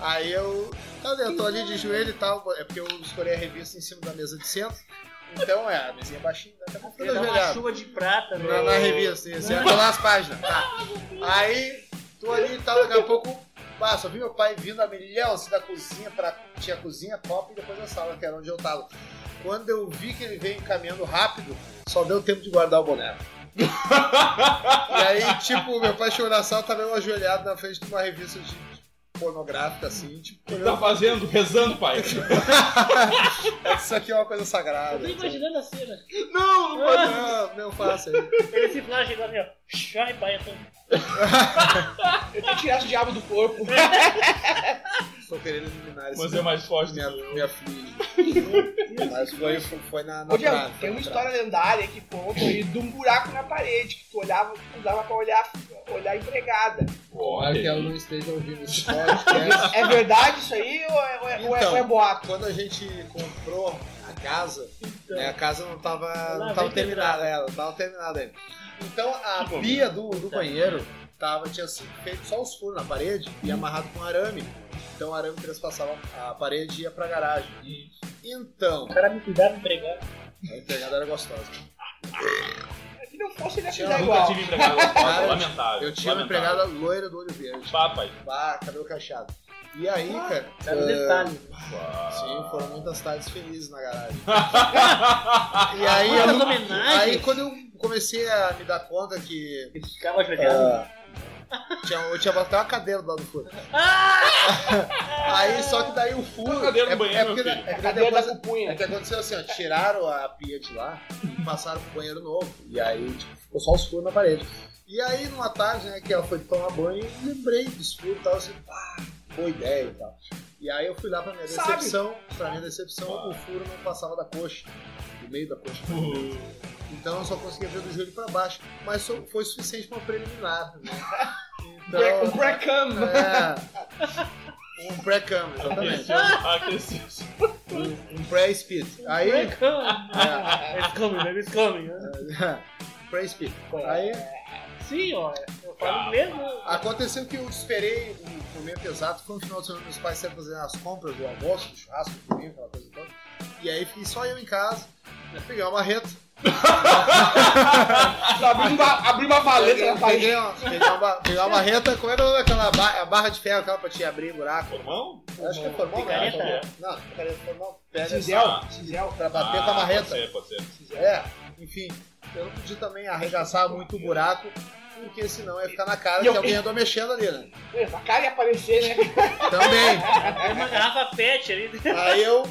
Speaker 1: Aí eu. Tá, né, eu tô ali de joelho e tal. É porque eu escolhi a revista em cima da mesa de centro. Então é, a mesinha baixinha, dá até pra ficar
Speaker 3: Ele é um dá uma
Speaker 1: ajoelhado.
Speaker 3: chuva de prata, né?
Speaker 1: Na, na revista, assim, assim, lá as páginas. Tá. Aí, tô ali e tal, daqui a pouco. Ah, só vi meu pai vindo a milhão assim, da cozinha pra. Tinha a cozinha, copa e depois a sala, que era onde eu tava. Quando eu vi que ele veio caminhando rápido, só deu tempo de guardar o boné. e aí, tipo, meu pai chegou na sala, tava eu ajoelhado na frente de uma revista de pornográfica, assim, tipo,
Speaker 4: Tá fazendo? Rezando, pai.
Speaker 1: isso aqui é uma coisa sagrada.
Speaker 3: Eu tô imaginando a cena.
Speaker 4: Não, não pode.
Speaker 1: Não, não faça isso.
Speaker 3: Ele se flagra igual assim, ó. Ai, pai, eu tô...
Speaker 5: Eu tenho que tirar o diabo do corpo.
Speaker 1: Estou querendo eliminar esse
Speaker 4: Mas é mais forte
Speaker 1: minha,
Speaker 4: do que eu.
Speaker 1: minha filha. Mas foi, foi, foi na, na
Speaker 5: Ô, Diego,
Speaker 1: trave, foi
Speaker 5: é tem uma
Speaker 1: na
Speaker 5: história lendária que conta aí de um buraco na parede que tu olhava, que tu dava pra olhar, olhar a empregada.
Speaker 1: trave. Tomara que
Speaker 4: Olha
Speaker 1: ela
Speaker 4: aí.
Speaker 1: não esteja ouvindo esse podcast.
Speaker 5: É verdade isso aí ou é, ou é- ou é-
Speaker 1: Então.
Speaker 5: ou é boato?
Speaker 1: Quando a gente comprou a casa,
Speaker 3: Então.
Speaker 1: né, a casa não tava,
Speaker 3: Ela
Speaker 1: não tava
Speaker 3: vem
Speaker 1: terminada, ela não tava terminada ainda. Então a
Speaker 4: Que bom.
Speaker 1: pia do, do banheiro tava, tinha sido feito só os furos na parede e amarrado com arame. Então o arame transpassava a parede e ia pra garagem. Então,
Speaker 3: O cara me cuidava empregado.
Speaker 1: a empregada era gostosa.
Speaker 5: Se não fosse, ele ia
Speaker 1: Tinha
Speaker 5: te dar
Speaker 1: uma
Speaker 5: é igual.
Speaker 4: Nunca tive empregado gostosa,
Speaker 1: Cara,
Speaker 4: lamentável.
Speaker 1: Eu tinha um uma
Speaker 4: lamentável.
Speaker 1: empregada loira do olho verde.
Speaker 4: Pá, pai.
Speaker 1: Pá, cabelo cacheado. E aí, cara.
Speaker 3: Cara,
Speaker 1: ah,
Speaker 3: um detalhe.
Speaker 1: Sim, foram muitas tardes felizes na garagem. e aí,
Speaker 3: Quantas
Speaker 1: eu-
Speaker 3: homenagens?
Speaker 1: aí quando eu comecei a me dar conta que
Speaker 3: Ele ficava ajoelhado.
Speaker 1: ah, tinha, eu tinha até uma cadeira lá no furo. aí só que daí o furo.
Speaker 4: Ah! Uma cadeira no
Speaker 1: é,
Speaker 4: banheiro,
Speaker 1: é porque,
Speaker 4: meu
Speaker 1: é
Speaker 4: filho.
Speaker 1: porque
Speaker 5: Cadeira
Speaker 1: depois-
Speaker 5: da
Speaker 1: é
Speaker 5: cupunha.
Speaker 1: que aconteceu assim, ó, tiraram a pia de lá e passaram pro banheiro novo. E aí, tipo, ficou só os furos na parede. E aí, numa tarde, né, que ela foi tomar banho, eu lembrei dos furos e tal, assim, pá, boa ideia e tal. E aí eu fui lá pra minha
Speaker 5: Sabe?
Speaker 1: decepção, pra minha decepção, o furo não passava da coxa, do meio da coxa.
Speaker 4: Uhum.
Speaker 1: Então eu só conseguia ver do joelho pra baixo, mas só- foi suficiente pra uma preliminar, né?
Speaker 5: Pre- O
Speaker 1: Então,
Speaker 5: precam.
Speaker 1: é, um pré-cam, exatamente,
Speaker 4: Aquecido.
Speaker 1: um, um pré-speed. Aí,
Speaker 3: Ele come.
Speaker 1: é,
Speaker 3: Eles comem, eles comem. né?
Speaker 1: Pra espírito. Aí
Speaker 3: Sim, ó. é
Speaker 4: Ah,
Speaker 3: Eu falo inglês, né?
Speaker 1: aconteceu que eu esperei o momento exato, foi no final de semana, meus pais saíram fazendo as compras do almoço, do churrasco, do domingo, aquela coisa toda. E aí fiquei só eu em casa, né, peguei uma marreta,
Speaker 5: Abriu uma, abriu uma valeta na parede.
Speaker 1: Peguei uma, peguei uma ba- peguei uma barreta, como é era aquela ba- a barra de ferro aquela pra te abrir buraco?
Speaker 4: Formão?
Speaker 1: Eu acho que é formal,
Speaker 3: Picareta,
Speaker 1: né? Não, picareta formal. Pega
Speaker 5: Cisel, Cisel.
Speaker 1: pra bater
Speaker 4: Ah,
Speaker 1: com a barreta.
Speaker 4: Pode ser, pode ser.
Speaker 1: É, enfim, eu não podia também arregaçar muito o buraco, porque senão ia ficar na cara
Speaker 5: E
Speaker 1: que
Speaker 5: eu-
Speaker 1: alguém andou mexendo ali, né?
Speaker 5: A cara ia aparecer, né?
Speaker 1: Também.
Speaker 3: Tem uma garrafa pet ali.
Speaker 1: Aí eu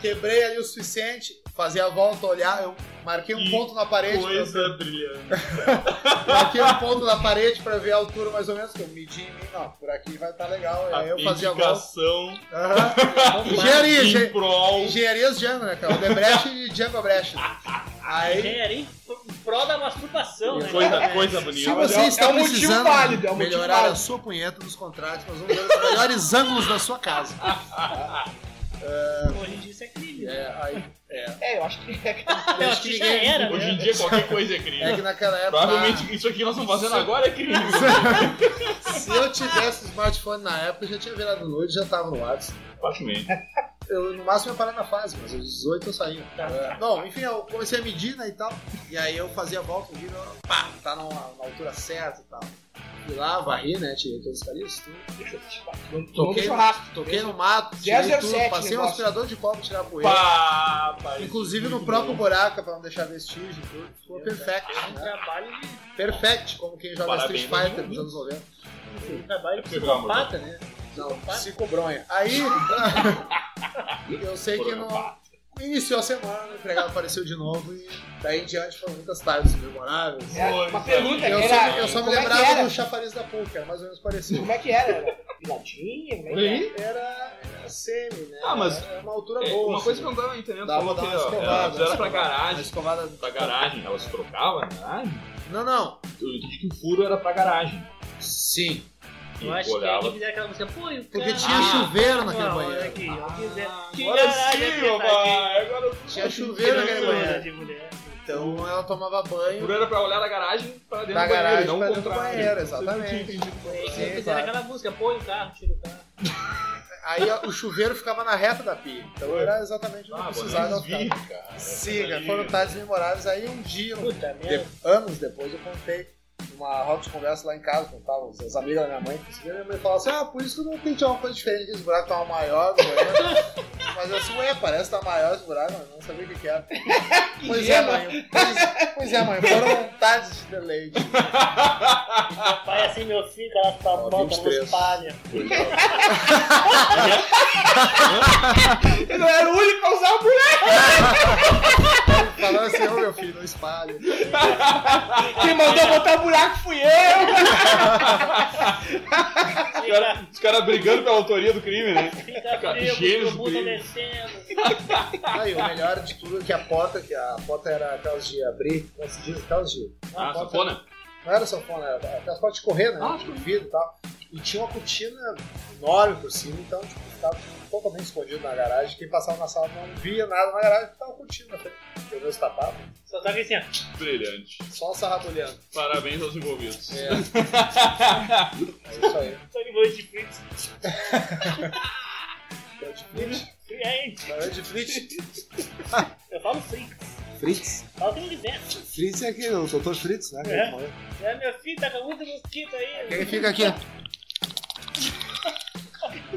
Speaker 1: quebrei ali o suficiente, fazia a volta, olhar, eu marquei um
Speaker 4: Que
Speaker 1: ponto na parede,
Speaker 4: Coisa brilhante.
Speaker 1: pra- marquei um ponto na parede pra ver a altura mais ou menos, que eu medi em mim, não, por aqui vai estar legal, aí É, eu fazia a volta.
Speaker 4: Aplicação
Speaker 1: Aham. Engenharia,
Speaker 4: em
Speaker 1: engenharia.
Speaker 4: prol
Speaker 1: Engenharias Django, né, cara? O Debrecht e Django Brecht. Aí,
Speaker 3: Engenharia em prol da masturbação, né?
Speaker 4: Coisa, coisa
Speaker 1: se
Speaker 4: bonita.
Speaker 5: mas
Speaker 1: você
Speaker 5: é-
Speaker 1: está
Speaker 5: é um motivo
Speaker 1: precisando
Speaker 5: válido, é um motivo
Speaker 1: melhorar
Speaker 5: válido.
Speaker 1: a sua punheta nos contratos, nós vamos ver os melhores ângulos da sua casa.
Speaker 3: Hoje em dia isso é crime. né?
Speaker 1: É, aí,
Speaker 5: É, eu acho que
Speaker 3: Não,
Speaker 1: acho
Speaker 3: aqui
Speaker 1: que
Speaker 3: já
Speaker 1: ninguém-
Speaker 3: era,
Speaker 4: Hoje em
Speaker 3: né?
Speaker 4: dia qualquer coisa é
Speaker 1: é
Speaker 4: crime.
Speaker 1: que naquela época,
Speaker 4: Provavelmente isso aqui que nós estamos fazendo agora é crime.
Speaker 1: se eu tivesse smartphone na época, eu já tinha virado noite, já tava no WhatsApp.
Speaker 4: Facilmente.
Speaker 1: É, Eu, no máximo, ia parar na fase, mas aos 18 eu saía.
Speaker 5: Tá.
Speaker 1: É, Não, enfim, eu comecei a medir, né, e tal, e aí eu fazia a volta, vi, pá, tá na, na altura certa e tal. Fui lá, varri, né, tirei todos os carinhos, tudo.
Speaker 5: tomou
Speaker 1: Toquei-
Speaker 5: churrasco.
Speaker 1: Toquei no mato, tirei
Speaker 5: 007
Speaker 1: tudo, passei um
Speaker 5: negócio.
Speaker 1: aspirador de pó pra tirar a poeira.
Speaker 4: Pá, pá, isso
Speaker 1: Inclusive
Speaker 4: é
Speaker 1: no
Speaker 4: muito
Speaker 1: próprio
Speaker 4: bom.
Speaker 1: buraco, pra não deixar vestígio e tudo. Ficou
Speaker 3: Meu Deus,
Speaker 1: perfect,
Speaker 3: É um
Speaker 1: né?
Speaker 3: trabalho de.
Speaker 1: Perfect, como quem joga
Speaker 4: Parabéns
Speaker 1: Street Fighter
Speaker 4: aos
Speaker 1: nos anos 90.
Speaker 3: Um trabalho de
Speaker 4: Pegou a mão.
Speaker 3: psicopata, né?
Speaker 5: Um
Speaker 1: Não, psicobronha. Aí, eu sei que
Speaker 4: um
Speaker 1: no... Iniciou a semana, o empregado apareceu de novo e daí em diante foram muitas tardes memoráveis.
Speaker 5: É, uma pergunta
Speaker 1: Eu
Speaker 5: que
Speaker 1: só,
Speaker 5: era.
Speaker 1: me- eu só me
Speaker 5: como é que
Speaker 1: lembrava
Speaker 5: era?
Speaker 1: do chafariz da PUC, era mais ou menos parecido.
Speaker 5: Como é que era? Era piladinha? Como é que
Speaker 4: Olha aí.
Speaker 5: era?
Speaker 1: Era, era semi, né?
Speaker 4: Ah, mas-
Speaker 1: Era uma altura
Speaker 4: É,
Speaker 1: boa.
Speaker 4: uma
Speaker 1: assim.
Speaker 4: coisa que eu não tava entendendo,
Speaker 1: Dá
Speaker 4: falou
Speaker 1: pra
Speaker 4: que
Speaker 1: dar uma
Speaker 4: ó,
Speaker 1: escovada, assim,
Speaker 4: elas eram pra
Speaker 1: Uma
Speaker 4: garagem,
Speaker 1: escovada...
Speaker 4: pra garagem, elas trocavam na garagem?
Speaker 1: Não, não.
Speaker 4: Eu entendi que o furo era pra garagem.
Speaker 1: Sim.
Speaker 4: E
Speaker 3: Eu acho que é
Speaker 4: olhava.
Speaker 3: ele fizeram aquela música. Pô, e o
Speaker 1: Porque
Speaker 3: cara-
Speaker 1: tinha chuveiro naquele
Speaker 3: É. Não, é olha
Speaker 1: banheiro.
Speaker 3: aqui, eu quiser. Que
Speaker 4: Agora
Speaker 3: garagem
Speaker 4: sim,
Speaker 3: apertadinha.
Speaker 4: papai, agora eu-
Speaker 1: Tinha chuveiro naquele
Speaker 3: Coisa
Speaker 1: banheiro.
Speaker 3: de mulher.
Speaker 1: Então ela tomava
Speaker 4: O
Speaker 1: banho.
Speaker 4: furo era pra olhar da garagem pra dentro
Speaker 1: Da
Speaker 4: do banheiro,
Speaker 1: garagem
Speaker 4: não
Speaker 1: pra
Speaker 4: o
Speaker 1: dentro do
Speaker 4: contrário.
Speaker 1: banheiro,
Speaker 4: Eu sempre
Speaker 1: exatamente.
Speaker 4: tinha entendido o
Speaker 3: Eles
Speaker 1: Sim,
Speaker 3: fizeram
Speaker 1: claro.
Speaker 3: aquela música, põe o carro, tira o carro.
Speaker 1: Aí ó, o chuveiro ficava na reta da pia. Então era exatamente o que
Speaker 4: Ah,
Speaker 1: precisava.
Speaker 4: vocês
Speaker 1: Sim,
Speaker 4: viram, cara.
Speaker 1: cara, foram tardes memoráveis. Aí um dia, um-
Speaker 3: Puta merda.
Speaker 1: de- anos depois, eu contei uma roda de conversa lá em casa, contava as amigas da minha mãe. que Minha mãe falava assim: ah, por isso que eu não pedi uma coisa diferente, que esse buraco tava maior. no banheiro." né?" Mas eu assim, ué, parece que tá maior esse buraco, mas eu não sabia o que, que era. Pois é,
Speaker 5: Ingênua.
Speaker 1: mãe. Pois, pois é, mãe. Foram tardes de deleite.
Speaker 3: Pai, assim, meu filho, ela tá
Speaker 1: Ó,
Speaker 3: bota
Speaker 1: 23.
Speaker 3: nos palha.
Speaker 5: Eu não era o único a usar o buraco.
Speaker 1: Falando assim, ô meu filho, não espalha.
Speaker 5: Quem mandou botar o buraco fui eu.
Speaker 4: Os caras brigando pela autoria do crime, né?
Speaker 3: Fica
Speaker 4: Cara,
Speaker 3: frio,
Speaker 4: gêmeos
Speaker 3: o bumbum tá
Speaker 4: brilhos.
Speaker 3: descendo.
Speaker 1: Ah, e o melhor de tudo é que a porta, que a porta era aquelas de abrir, como se diz, aquelas de.
Speaker 4: Ah,
Speaker 1: porta-
Speaker 4: safona.
Speaker 1: Não era sanfona, era aquelas portas de correr, né?
Speaker 4: Ah,
Speaker 1: de vidro e tal. E tinha uma cortina enorme por cima, então tipo, ficava totalmente escondido na garagem. Quem passava na sala não via nada na garagem, porque tava curtindo na frente. Pegou os tapados,
Speaker 3: Só toca assim, ó.
Speaker 4: Brilhante.
Speaker 1: só o sarrado olhando.
Speaker 4: Parabéns aos envolvidos.
Speaker 1: É. é isso aí.
Speaker 3: Só de voz de Fritz.
Speaker 1: Então, de Blitz,
Speaker 3: Free Hand.
Speaker 1: não é de Blitz.
Speaker 3: Eu falo Fritz.
Speaker 1: Fritz?
Speaker 3: Fala que ele desce.
Speaker 1: Fritz é aquele, o doutor Fritz, né?
Speaker 3: É. É, meu filho, tá com muito mosquito aí.
Speaker 1: Ele fica aqui.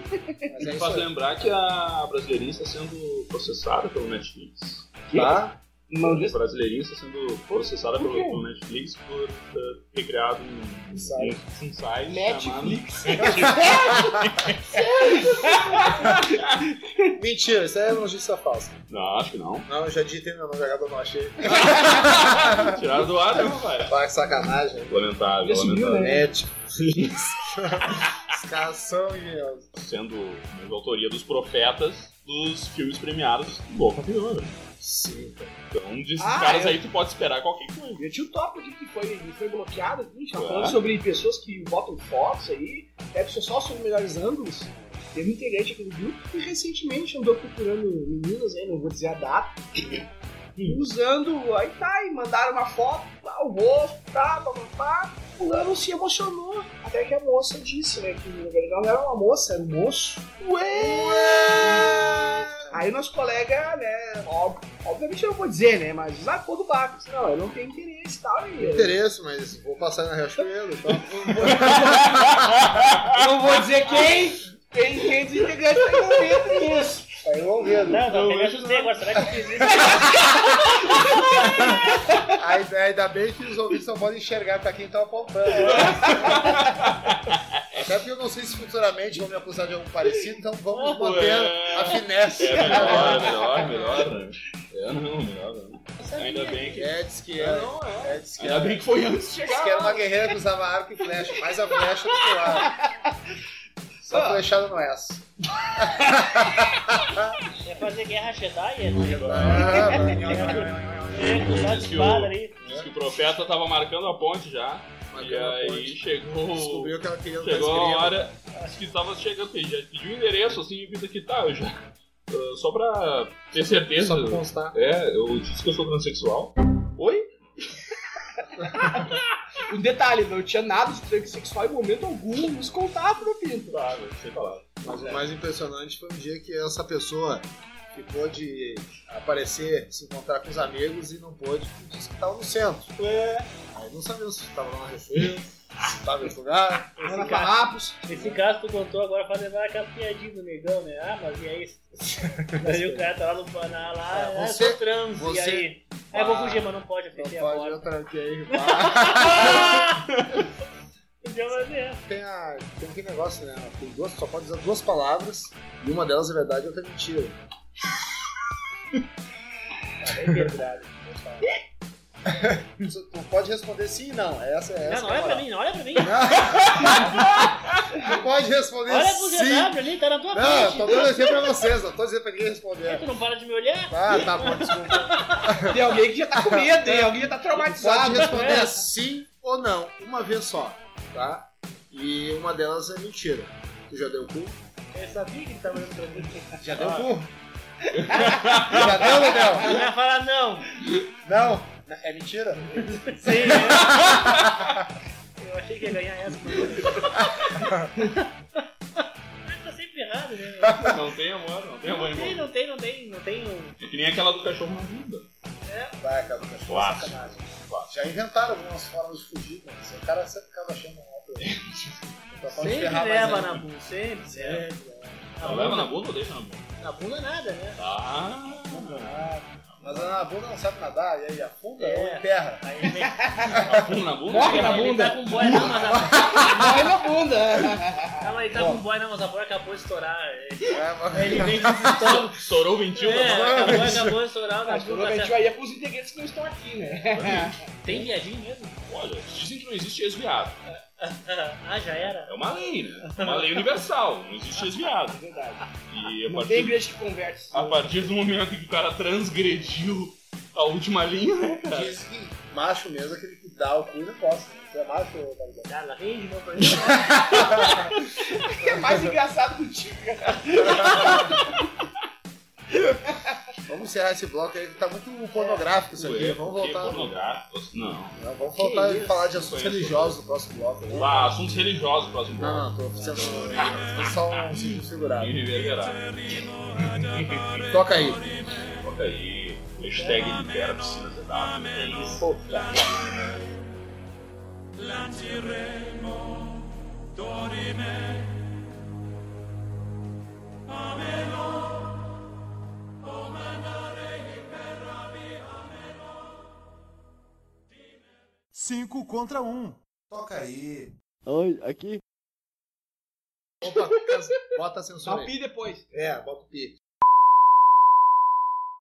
Speaker 1: Mas é
Speaker 4: Me
Speaker 1: isso
Speaker 4: faz
Speaker 1: aí.
Speaker 4: lembrar que a brasileirinha está sendo processada pelo Netflix.
Speaker 1: Tá?
Speaker 4: A brasileirinha está sendo processada pelo, pelo Netflix por eh, ter criado um, um
Speaker 1: Site.
Speaker 4: um site chamado
Speaker 5: Netflix.
Speaker 1: Mentira, isso aí é notícia falsa.
Speaker 4: Não, acho que não.
Speaker 1: Não, eu já digitei meu nome, acabou, não achei.
Speaker 4: Tiraram do ar, né, rapaz?
Speaker 1: Pá, que sacanagem.
Speaker 4: Lamentável,
Speaker 5: Já subiu,
Speaker 1: né?
Speaker 4: lamentável.
Speaker 1: Netflix. Os caras são guiosos.
Speaker 4: Sendo mesmo autoria dos profetas dos filmes premiados do Boca Pior.
Speaker 1: Sim, cara.
Speaker 4: Então, desses
Speaker 5: Ah,
Speaker 4: caras
Speaker 5: eu-
Speaker 4: aí, tu pode esperar qualquer coisa.
Speaker 5: Eu tinha um tópico aqui que foi, que foi bloqueado, aqui, a gente tava
Speaker 4: Claro.
Speaker 5: falando sobre pessoas que botam fotos aí, deve ser só sobre melhores ângulos. Teve internet aqui no grupo e recentemente andou procurando meninas aí, não vou dizer a data, usando, aí tá, e mandaram uma foto, tá, o rosto, tá, papapá. Fulano se emocionou. Até que a moça disse, né, que na verdade não era uma moça, era um moço. Ué! Aí o nosso colega, né, ob- obviamente eu não vou dizer, né, mas sacou do barco. Disse, não, eu não tenho interesse e tal. E
Speaker 1: Interesse, mas vou passar na Riachuelo então. e tal.
Speaker 5: eu não vou dizer quem, quem, quem dos integrantes tá envolvido nisso. Tá envolvido.
Speaker 1: né?
Speaker 3: Não, não,
Speaker 4: é
Speaker 3: tem que dizer, agora será que eu fiz isso?
Speaker 1: Aí, ainda bem que os ouvintes não podem enxergar pra quem tá apontando. né? Até porque eu não sei se futuramente vão me acusar de algo parecido, então vamos manter a finesse.
Speaker 4: É melhor, melhor, melhor. né? É, não, melhor não. Ainda bem que.
Speaker 1: É, diz que é. É, diz que é.
Speaker 4: Ainda bem que foi antes de
Speaker 1: Diz
Speaker 4: chegar.
Speaker 1: que era uma guerreira que usava arco e flecha, mais a flecha do que o arco. Só flechada não é essa.
Speaker 3: É fazer guerra Jedi, é né?
Speaker 4: Ah, Diz
Speaker 3: É, usar de
Speaker 4: que o-
Speaker 3: espada ali.
Speaker 5: É.
Speaker 4: Diz que o profeta tava marcando a ponte já. E aí chegou.
Speaker 1: Descobriu que ela queria um
Speaker 4: Chegou a
Speaker 1: esgrima.
Speaker 4: hora acho que tava chegando, ele já pediu o endereço assim e vida que tá, eu já. ah, só pra ter certeza.
Speaker 1: Só pra constar.
Speaker 4: É, eu disse que eu sou transexual. Oi?
Speaker 5: O Um detalhe, não tinha nada de transexual em momento algum nos contatos da pinta.
Speaker 4: Tá, não sei falar.
Speaker 1: Mas o mais impressionante foi um dia que essa pessoa que pôde aparecer, se encontrar com os amigos e não pôde, porque disse que estava no centro. Aí não sabemos se estava lá na receita, se estava em outro lugar.
Speaker 5: Lá na Farrapos.
Speaker 3: Esse caso que tu contou agora faz lembrar aquela piadinha do negão, né? Ah, mas e aí? Aí o cara tá lá no Paná lá,
Speaker 1: É,
Speaker 3: ah,
Speaker 1: você-
Speaker 3: eu sou trans,
Speaker 1: você-
Speaker 3: e aí? Ah, eu vou fugir, mas não pode, eu
Speaker 1: Não
Speaker 3: fechei a
Speaker 1: Então pode,
Speaker 3: porta.
Speaker 1: eu tranquei aí. pá.
Speaker 3: Deu uma merda.
Speaker 1: Tem, a, tem aquele negócio, né? Tem duas, só pode usar duas palavras e uma delas é verdade e outra é mentira.
Speaker 5: É verdade.
Speaker 1: Tu tu pode responder sim e não. Essa é
Speaker 3: Não,
Speaker 1: essa.
Speaker 3: não olha
Speaker 1: que é
Speaker 3: pra
Speaker 1: a
Speaker 3: mim, não olha pra mim.
Speaker 1: moral. Tu pode responder
Speaker 3: Olha pro
Speaker 1: sim.
Speaker 3: GW ali, tá na tua
Speaker 1: Não, eu
Speaker 3: frente.
Speaker 1: tô dando exemplo pra vocês, não tô dizendo pra quem
Speaker 3: Aí
Speaker 1: responder.
Speaker 3: Tu não para de me olhar?
Speaker 1: Ah, tá bom, desculpa.
Speaker 5: Tem alguém que já tá com medo, hein? Alguém já tá traumatizado.
Speaker 1: Pode responder
Speaker 5: né?
Speaker 1: sim ou não, uma vez só, tá? E uma delas é mentira. Tu já deu cu?
Speaker 3: Eu sabia que ele tava olhando pra mim.
Speaker 1: Já deu cu? já deu, Daniel?
Speaker 3: Ela vai falar não.
Speaker 1: Não. É mentira?
Speaker 3: Sim, é. Eu achei que ia ganhar essa. Mas tá sempre errado, né?
Speaker 4: Não tem amor, não tem amor
Speaker 3: Não tem,
Speaker 4: irmão.
Speaker 3: não tem, não tem, não tem. um-
Speaker 4: É que nem aquela do cachorro na vida.
Speaker 1: Vai, cara, do cachorro é
Speaker 4: Clássico.
Speaker 1: sacanagem. Já inventaram algumas formas de fugir, mas o cara sempre acaba achando um outro. Pra pode
Speaker 3: Sempre
Speaker 1: ferrar é mais
Speaker 3: leva
Speaker 1: ainda.
Speaker 3: na bunda, sempre, sempre.
Speaker 4: Não leva na bunda ou deixa na bunda?
Speaker 3: Na bunda nada, né?
Speaker 4: Ah,
Speaker 1: Ah, Mas a bunda não sabe nadar, e aí afunda
Speaker 3: É.
Speaker 1: ou enterra?
Speaker 3: Aí vem.
Speaker 4: bunda na bunda?
Speaker 5: Morre na
Speaker 3: Ele
Speaker 5: bunda.
Speaker 3: tá com boy não, mas a...
Speaker 5: Morre na bunda.
Speaker 3: Calma aí, tá com boy não, mas a boy acabou de estourar. Ele-
Speaker 1: É, mas-
Speaker 3: Ele vem desestorando.
Speaker 4: Estourou o ventil
Speaker 3: É,
Speaker 4: da
Speaker 3: a boy acabou de estourar na
Speaker 5: Mas
Speaker 3: bunda.
Speaker 5: provavelmente
Speaker 3: cara.
Speaker 5: vai ir pros integrantes que não estão aqui, né?
Speaker 3: Tem viadinho mesmo?
Speaker 4: Olha, dizem que não existe ex-viado.
Speaker 3: Ah, já era.
Speaker 4: É uma lei, né? É uma lei universal. Não existe ex-viado.
Speaker 5: É verdade.
Speaker 4: E a
Speaker 5: Não tem
Speaker 4: partir,
Speaker 5: igreja que converte.
Speaker 4: a partir do momento que o cara transgrediu a última linha, né, cara?
Speaker 1: Diz que macho mesmo é aquele que dá o cu e não posta. Você é macho, ou tá ligado?
Speaker 3: Tá, lá vem de novo pra mim.
Speaker 5: que é mais engraçado contigo, cara.
Speaker 1: Vamos encerrar esse bloco aí que tá muito pornográfico isso aqui.
Speaker 4: Ué,
Speaker 1: Vamos
Speaker 4: porque
Speaker 1: voltar.
Speaker 4: pornográfico? Não.
Speaker 1: Não, vamos voltar
Speaker 5: Que
Speaker 1: e
Speaker 5: isso?
Speaker 1: falar de assuntos
Speaker 4: Foi isso.
Speaker 1: religiosos no próximo bloco. né?
Speaker 4: Ah, assuntos religiosos, próximo bloco.
Speaker 1: Não, não, tô sendo foi só um sentido figurado.
Speaker 4: E reverberar.
Speaker 1: Toca aí.
Speaker 4: Coloca aí. Hashtag libera a piscina ZW. É isso.
Speaker 6: Cinco contra um. Toca aí.
Speaker 1: Opa, bota a censura aí.
Speaker 5: pi depois.
Speaker 1: É, bota o pi.